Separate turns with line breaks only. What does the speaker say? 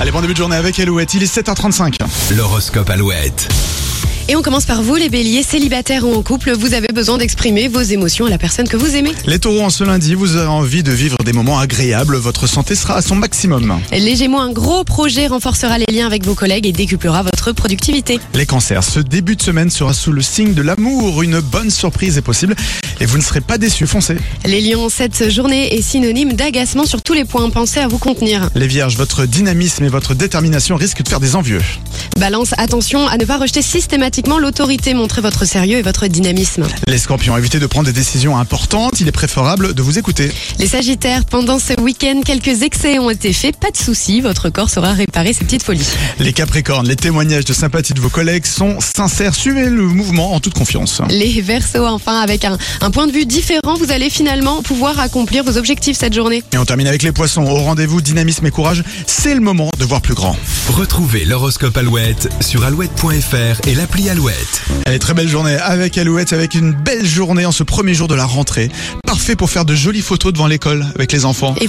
Allez, bon début de journée avec Elouette, il est 7h35.
L'horoscope Alouette.
Et on commence par vous, les béliers, célibataires ou en couple, vous avez besoin d'exprimer vos émotions à la personne que vous aimez.
Les taureaux, en ce lundi, vous aurez envie de vivre des moments agréables, votre santé sera à son maximum.
Les gémeaux, un gros projet renforcera les liens avec vos collègues et décuplera votre productivité.
Les cancers, ce début de semaine sera sous le signe de l'amour, une bonne surprise est possible et vous ne serez pas déçus, foncez.
Les lions, cette journée est synonyme d'agacement sur tous les points, pensez à vous contenir.
Les vierges, votre dynamisme et votre détermination risquent de faire des envieux.
Balance, attention à ne pas rejeter systématiquement l'autorité, montrez votre sérieux et votre dynamisme.
Les scorpions, évitez de prendre des décisions importantes, il est préférable de vous écouter.
Les sagittaires, pendant ce week-end, quelques excès ont été faits, pas de soucis, votre corps saura réparer ses petites folies.
Les capricornes, les témoignages de sympathie de vos collègues sont sincères, suivez le mouvement en toute confiance.
Les Verseaux, enfin, avec un, un point de vue différent, vous allez finalement pouvoir accomplir vos objectifs cette journée.
Et on termine avec les poissons, au rendez-vous, dynamisme et courage, c'est le moment de voir plus grand.
Retrouvez l'horoscope Alouette sur alouette.fr et l'appli Alouette.
Allez, très belle journée avec Alouette, avec une belle journée en ce premier jour de la rentrée. Parfait pour faire de jolies photos devant l'école avec les enfants.
Et vous